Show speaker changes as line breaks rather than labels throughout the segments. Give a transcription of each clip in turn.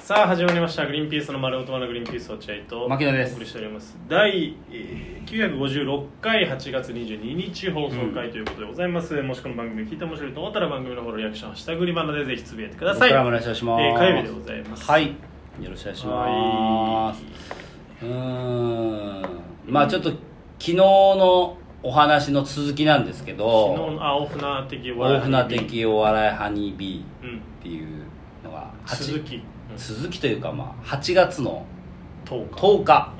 さあ始まりました「グリーンピースの丸音のグリーンピース落合」と
牧野です
お送りしております第えー956回8月22日放送回ということでございます、もしこの番組聞いて面白いと思ったら番組のフォローリアクション「したグリバナ」でぜひつぶやいてください
僕らもお願いします
えー火曜日でございます
はいよろしくお願いしますうーんまあちょっと昨日のお話の続きなんですけ
昨日
ど
の青船的
大船的お笑いハニービ
うん
ーっていうのが八
鈴木
続きというかまあ8月の
10日
10日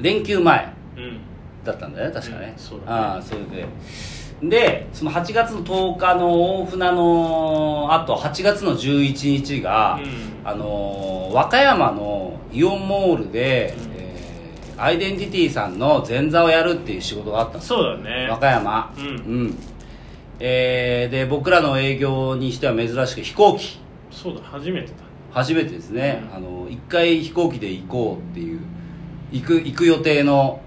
連休前
うんうん
だったんだよね確かね、
うんそうだね
ああそれででその8月の10日の大船のあと8月の11日が、
うん
あのー和歌山のイオンモールで、
うん
えーアイデンティティさんの前座をやるっていう仕事があったんですよ
そうだね
和歌山
うん
えーで僕らの営業にしては珍しく飛行機
そうだ初めてだ
初めてですね、
うん
あの一回飛行機で行こうっていう行く行く予定の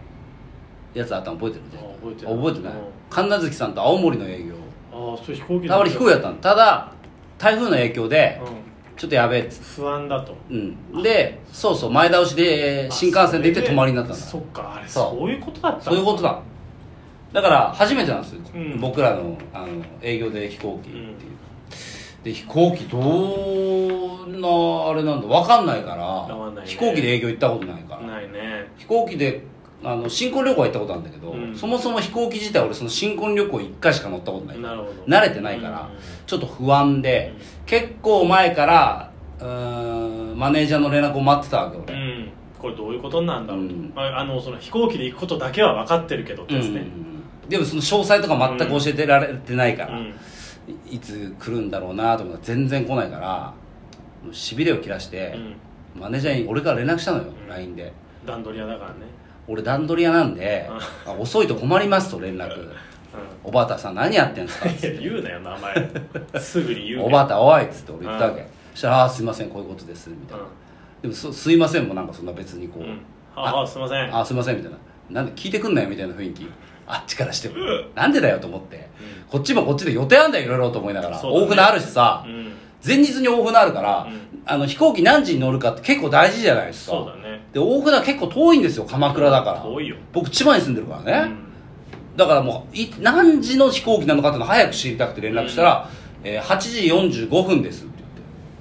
やつあったの覚えてる
あ覚えて
な
ないい
覚えてない
うん
神奈月さんと青森の営業
ああそれ飛行機
あ俺飛行機やったのただ台風の影響で
うん
ちょっとやべえっつって
不安だと
うん、でそうそう前倒しで新幹線で行って泊まりになったんだ
そ
そ
っかあれ
そう
そういうことだった
ういうことだだから初めてなんですよ、
うん
僕らのあの営業で飛行機っていう、
うん
で飛行機どんなあれなんだ分かんないから
わかんないね
飛行機で営業行ったことないから
ないね
飛行機であの新婚旅行は行ったことあるんだけど、
うん
そもそも飛行機自体俺その新婚旅行1回しか乗ったことないから
なるほど
慣れてないから、ちょっと不安で、結構前からうーんマネージャーの連絡を待ってたわけ
う
俺、
ん、うんこれどういうことなんだろうと、
うん
まあ、あのその飛行機で行くことだけは分かってるけどってやつ
う
ね、
んでもその詳細とか全く教えてられてないか
う
ら、
ん
いいつ来るんだろうなとか全然来ないからもうしびれを切らして
う、ん
マネージャーに俺から連絡したのよ、
ん
LINE で
段取り屋だからね、
俺段取り屋なんであ遅いと困りますと連絡
う
おばたさん何やってんすか
ん、いや 言うなよ名前すぐに言うなよ
おばたおいっつって俺言ったわけ、
うん
そしたら「あーすいませんこういうことです」みたいな、でもそ「すいません」もなんかそんな別にこ
う
う「
ん、うん、ああすいません
あーすいません」みたいな「なんで聞いてくんない?」みたいな雰囲気あっちからしてもなんでだよと思って
うん
こっちもこっちで予定あんだよいろいろと思いながら、
そうだね
大船あるしさ、
うん
前日に大船あるから、
うん
あの飛行機何時に乗るかって結構大事じゃないですか
そうだね
で大船結構遠いんですよ鎌倉だから
遠いよ
僕千葉に住んでるから
う
ね、
ん
だからもうい何時の飛行機なのかっていうのを早く知りたくて連絡したら、えー8時45分ですって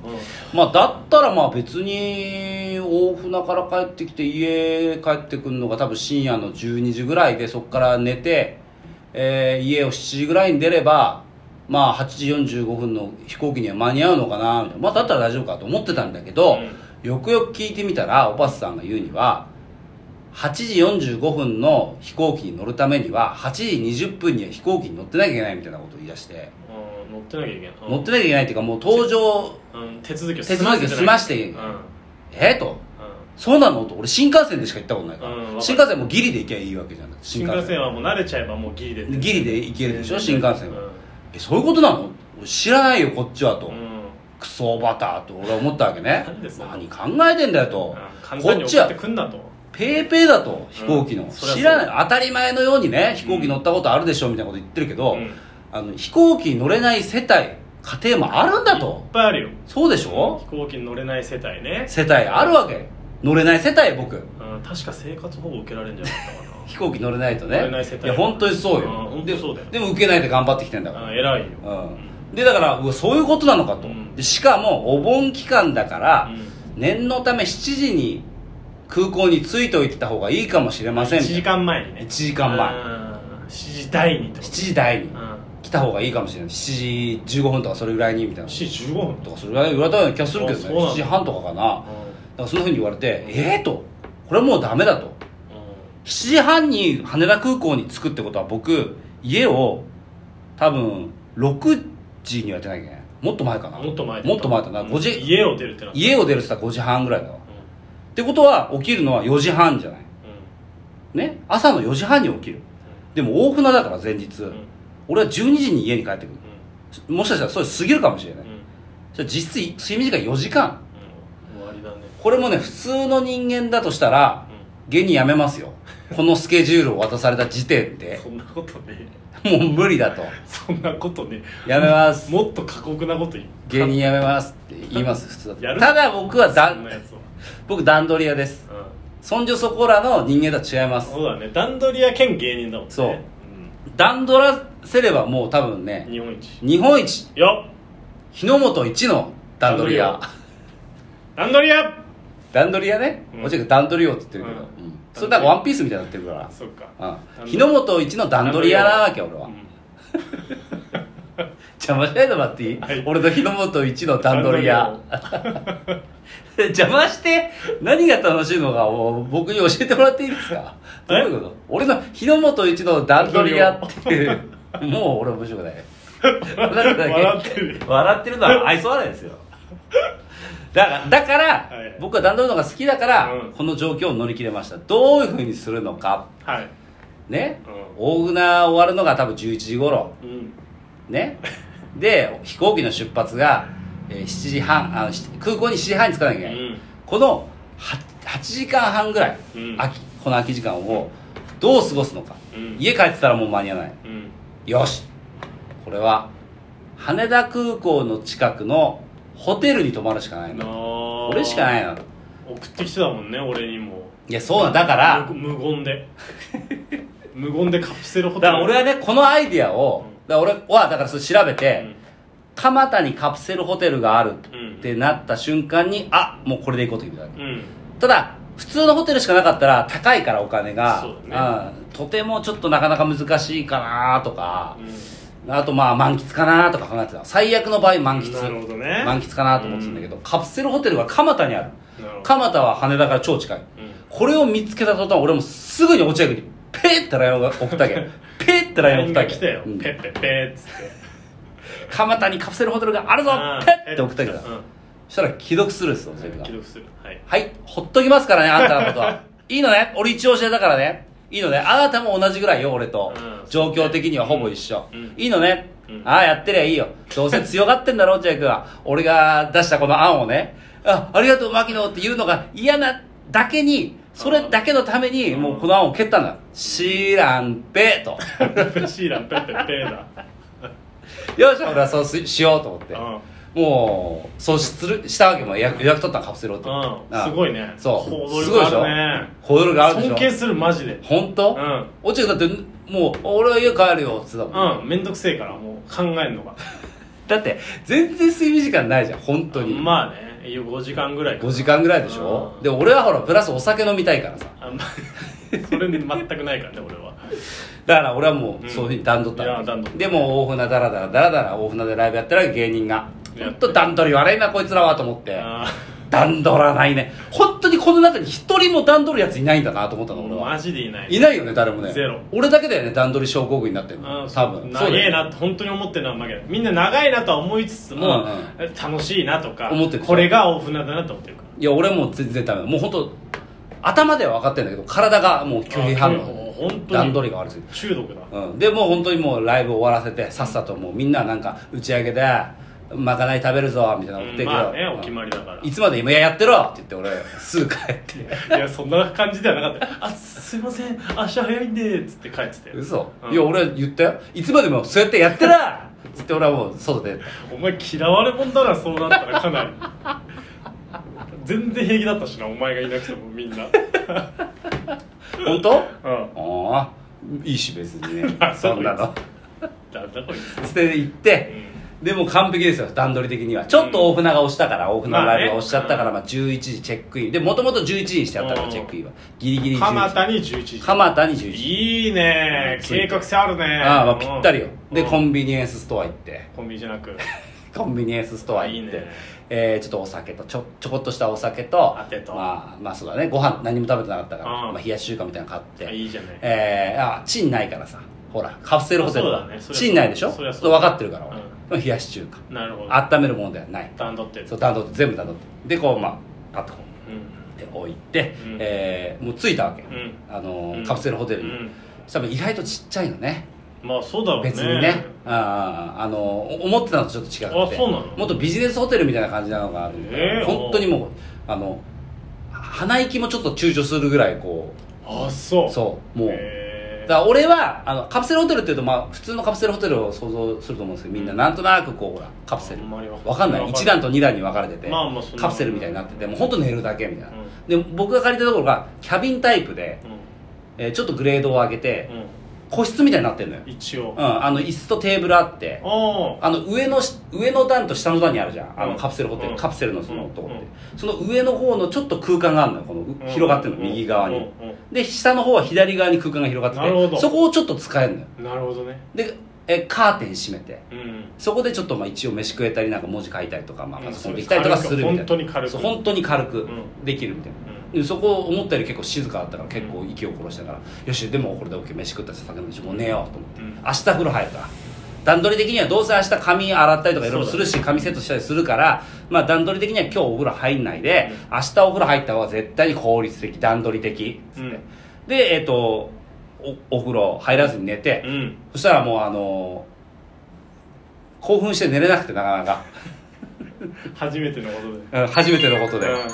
言って
うん
まあだったらまあ別に大船から帰ってきて家帰ってくるのが多分深夜の12時ぐらいでそこから寝て、えー家を7時ぐらいに出ればまあ8時45分の飛行機には間に合うのかなみたいなまあだったら大丈夫かと思ってたんだけど、
う
よくよく聞いてみたらおばさんが言うには8時45分の飛行機に乗るためには8時20分には飛行機に乗ってなきゃいけないみたいなことを言い出して、
うん乗ってなきゃいけないうん
乗ってなきゃいけないっていうかもう搭乗
うん手続きを
手続きを済まして
うん
えっ、と
うん
そうなのと俺新幹線でしか行ったことないか
う
ら、
んわかる
新幹線もギリで行けばいいわけじゃない
新幹線はもう慣れちゃえばもうギリで
ギリで行けるでしょ新幹線は、
は
えそういうことなの俺知らないよこっちはと、
うん、うん
クソバターと俺は思ったわ けね
何ですか
何考えてんだよと、
簡
こ
単に
っち
送っ
は
てくんなと
ペーペーだと飛行機の、
うんそりゃそう
知らない当たり前のようにね飛行機乗ったことあるでしょみたいなこと言ってるけど、
うん
あの飛行機に乗れない世帯家庭もあるんだと
いっぱいあるよ
そうでしょ
飛行機に乗れない世帯ね、
世帯あるわけ乗れない世帯
う
僕
ん、確か生活保護受けられるんじゃなかったかな
飛行機乗れないとね
乗れない世帯
や本当にそう
う
よ
ん本当そうだよ
ででも受けないで頑張ってきてんだから
あ偉いよ、
うん、でだからうわそういうことなのかと、
うん
でしかもお盆期間だから、
う
念のため7時に空港に着いておいてた方がいいかもしれません
1時間前にね
1時間前
うん7時台にってこと
7時台に
うん
来た方がいいかもしれない7時15分とかそれぐらいにみたい
7
な
時15分
とかそれぐらい言われたような気がするけど
あ
ね
そうなんだ
7時半とかか
う
なだからそんなふうに言われてええとこれもうダメだと
ん
7時半に羽田空港に着くってことは僕家を多分6時には出なきゃいけないもっと前かな
うんもっと前だ
もっと前だな5時、
うん家を出るってなった
家を出るって言ったら5時半ぐらいだわってことは起きるのは4時半じゃないね朝の4時半に起きるでも大船だから前日、
うんうんうん
俺は12時に家に帰ってくるもしかしたらそれ過ぎるかもしれない、
うんうんうん
じゃあ実質睡眠時間4時間
終わりだね
これもね普通の人間だとしたら現にやめますよこのスケジュールを渡された時点
うん
で
そんなことね
もう無理だと
そんなことね
やめます
もっと過酷なこと言う
芸人やめますって言います普通だと
やる
ただ僕はだ
そんなやつは
僕段取り屋です
う
そんじょそこらの人間とは違いま
ん
す
そうだね段取り屋兼芸人だもんね
そう段取らせればもう多分
うん
ね
日本一
日本一
よっ
日の本一の段取り屋
段取り屋
段取り屋ね
うん
もちろん段取り屋って言ってるけど、
うん
うんそれなんかワンピースみたいになってるか、
そっから段
うん、
取
日
り
の本一の段取り屋なわけ俺は、
うん
邪魔しないでもらっていい、
はい
俺と日の本一の段取り屋 邪魔して何が楽しいのかを僕に教えてもらっていいですかどう
え
いうこと俺の日の本一の段取り屋っていう もう俺面白くない笑
笑ってるよ
笑ってるのは愛想笑いですよだからだから、
いはい
僕は段取るのが好きだから、
うん
この状況を乗り切れましたどういうふうにするのか
はい
ね、
う
大船終わるのが多分11時頃、
うん
ねで飛行機の出発が、えー7時半あのし空港に7時半に着かなきゃいけない、
うん
この 8, 時間半ぐらい、
うん
空きこの空き時間をどう過ごすのか、
うん
家帰ってたらもう間に合わない
うん
よしこれは羽田空港の近くのホテルに泊まるしかない
な
の
あ
これしかないの
送ってきてたもんね俺にも
いやそうなんだから
無無言 で無言でカプセルホテル
だから俺はねこのアイディアを
うん、
だから俺はだからそれ調べて、
うん
蒲田にカプセルホテルがある
うん
ってなった瞬間に、あもうこれで行こうって決めたわけ
うん
ただ普通のホテルしかなかったら高いからお金が
そうだ
うんとてもちょっとなかなか難しいかなとか
う、ん
あとまあ満喫かなとか考えてた最悪の場合満喫
なるほどね
満喫かなと思ってたんだけど、カプセルホテルが蒲田にある
なるほど
蒲田は羽田から超近い
うん
これを見つけた途端俺もすぐに落合君にペーってラインを送った わけペーってラインを送ったわけ
来たよ、
うん
ペッペッペーっつって
蒲田にカプセルホテルがあるぞ
あー
ペッって送ったけど
う
そ
ん
したら既読するですよ、全部が
既読するはい
はい、ほっときますからね、あんたのこ とは。いいのね俺一応教えだからね。いいのねあなたも同じぐらいよ、俺と。
うん
状況的にはほぼ一緒。
うん
いいのね、
うん
ああ、やってりゃいいよ。どうせ強がってんだろ、落合君は。俺が出したこの案をね。あ、ありがとう、牧野って言うのが嫌なだけに、それだけのために、
うん
もうこの案を蹴ったんだ。知らん べ、と。
シーランペッペッペーだ
よっしゃ、俺はそうししようと思って。
うん
もう、そうする、したわけも予約予約取ったのカプセルホテル。
うん
あ
すごいね
そう。
行
す
動
ごいでし
力
ょ
あるね
行動力あるでしょ
尊敬するマジで
本当？
うん
落合君だってもう俺は家帰るよっつってたも
う
ん、
んめんどくせえからもう考えんのが
だって全然睡眠時間ないじゃん本当に、
まあねいや5時間ぐらいか
5時間ぐらいでしょ、
うん
で俺はほらプラスお酒飲みたいからさ
あんまそれ全くないからね俺は
だから俺はも
う
うんそういうふうに段取ったの、
いや段取った
でもう大船ダラダラダラダラ大船でライブやってるわけ芸人が
や
本当段取り悪いなこいつらはと思って
あ
段取らないね本当にこの中に一人も段取るやついないんだなと思ったの俺
ー
は
マジでいない
いないよね誰もね
ゼロ
俺だけだよね段取り症候群になってる
う
の
ん
多分
長
うだ
え
よね
なって本当に思ってるのは負けないみんな長いなとは思いつつも、
う
楽しいなとか
思ってる
これが大船だなと思ってるか
いや俺も全然ダメだもう本当頭では分かってんだけど体がもう拒否反
あもう本
応
当に
段取りが悪すぎ
ら中毒だ
て、うん、でもう本当にもうライブ終わらせてさっさともうみんななんか打ち上げでまかない食べるぞみたいなの言ってるけど、
まあね
う
お
ん
決まりだから
いつまで今やってろって言って俺すぐ帰 って
いやそんな感じではなかった「あ すいません明日早いんで」っつって帰ってたよ
嘘、
うん
いや俺は言ったよいつまでもそうやってやってらつって俺はもう外で
お前嫌われ者だなそうなったらかなり 全然平気だったしなお前がいなくてもみん な
本 当
うん
ああいいし別 にねそ
そ
ん
ん
な
な
の
のなんだこいつ
捨てて行って、でも完璧ですよ段取り的にはちょっと大船が押したから、大船のライブが押しちゃったから、まあ11時チェックインでもともと11時にしてあったか
う
ら
ん
チェックインはギリギリ11
蒲
時
田に11時
蒲田に11時
いいね
うん
計画性あるね
ああまあぴったりよ
うん
で
うん
コンビニエンスストア行って
コンビニじゃなく
コンビニエンスストア行って
いいね
えーちょっとお酒とちょちょこっとしたお酒と
あてと
まあ、まあそうだねご飯何も食べてなかったから、
うん
まあ、冷やし中華みたいなの買って
いいじゃない
えー、あチンないからさほらカプセルホテル
あそうだねそりゃそう
チンないでしょ
そりゃ
分
そう
かってるから俺、冷やし中華
なるほど
温めるものではない
段取ってる
そう段取って全部段取ってでこうまあパッとこ
うん
うで置いて、
うん
えーもう着いたわけ、
うん
あのー
うん
カプセルホテル
う
に、
ん
多分意外とちっちゃいのね
まあそうだろうね
別にねあーあのー思ってたのとちょっと違くて
あそうなの
もっとビジネスホテルみたいな感じなのかなと思ったら
えー
本当にもうあの鼻息もちょっと躊躇するぐらいこ
あそう
そうもう
へ
から俺はあのカプセルホテルっていうと、まあ、普通のカプセルホテルを想像すると思うんですけどみんななんとなくこうほらカプセル
あんまりわかんない
わかんない
わかんない
1段と2段に分かれてて、
まあまあそんな
カプセルみたいになっててもうほんと寝るだけみたいな、
う
で僕が借りたところがキャビンタイプで、
う
えーちょっとグレードを上げて、
ん、うん、
個室みたいになってるのよ、
一応
うん、あの椅子とテーブルあって
ああ
あの上のし上の段と下の段にあるじゃんあ
う
の
ん
カプセルホテル、
うん
カプセルのそのとこって、
うん
その上の方のちょっと空間があるのよこの、
うん
広がってるの
うん
右側に、
うん
で下の方は左側に空間が広が
なる
っ
ほ
てて
ど
そこをちょっと使えるのよ
うんなるほどね
でえカーテン閉めて
うん
そこでちょっとまあ一応飯食えたりなんか文字書いたりとか、まあ、
うん
パソコンできたりとかするみたいな、
そうです軽く本当に軽く
そう本当に軽く
うん
できるみたいな、
うん
でそこ思ったより結構静かだったから結構息を殺したから、よしでもこれで OK 飯食ったし酒飲んでしもう寝ようと思って、
うん
明日風呂入るから段取り的にはどうせ明日髪洗ったりとかいろいろ
そう
す
だ
る
ね
し、髪セットしたりするから、まあ、段取り的には今日お風呂入んないで、
う
明日お風呂入った方が絶対に効率的段取り的、
うん
でえっ、とおお風呂入らずに寝て、
うん
そしたらもうあのー興奮して寝れなくてなかなか
初めてのことで
うん初めてのことで、
うん
うん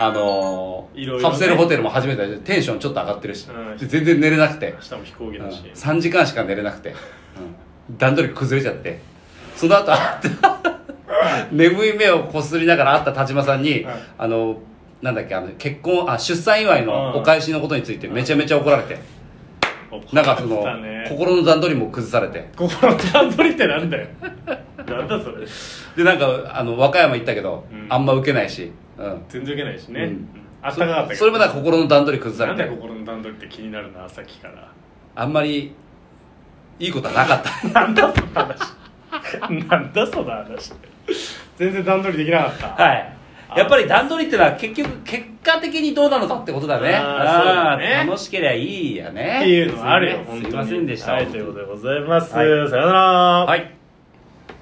あのー
いろいろね
カプセルホテルも初めてでテンションちょっと上がってるし、
うん
で全然寝れなくて、
明日も飛行機
うん
だし
3時間しか寝れなくて、うん段取り崩れちゃってその後あった眠い目をこすりながら会った田島さんに、
うん
あのなんだっけあの結婚あ出産祝いのお返しのことについてめちゃめちゃ怒られて、なんかその
怒ったね
心の段取りも崩されて
心の段取りってなんだよなんだそれ
でなんかあの和歌山行ったけど、
うん
あんま受けないし、うん、
全然受けないしね、
うん
あったかかったけど
そそれもなんか心の段取り崩さ
な
れ
んだ
て
よ心の段取りって気になるなさっきから
あんまりいいことはなかった
なんだその 話なんだその話全然段取りできなかった
はい やっぱり段取りってのは結局結果的にどうなのかってことだね
あーそうだね
あー楽しけりゃいいやね
っていうのはあるよ、
すい
本
ま
当に
せんすいませんでした、
はいということでございます、
はい
さよなら
はい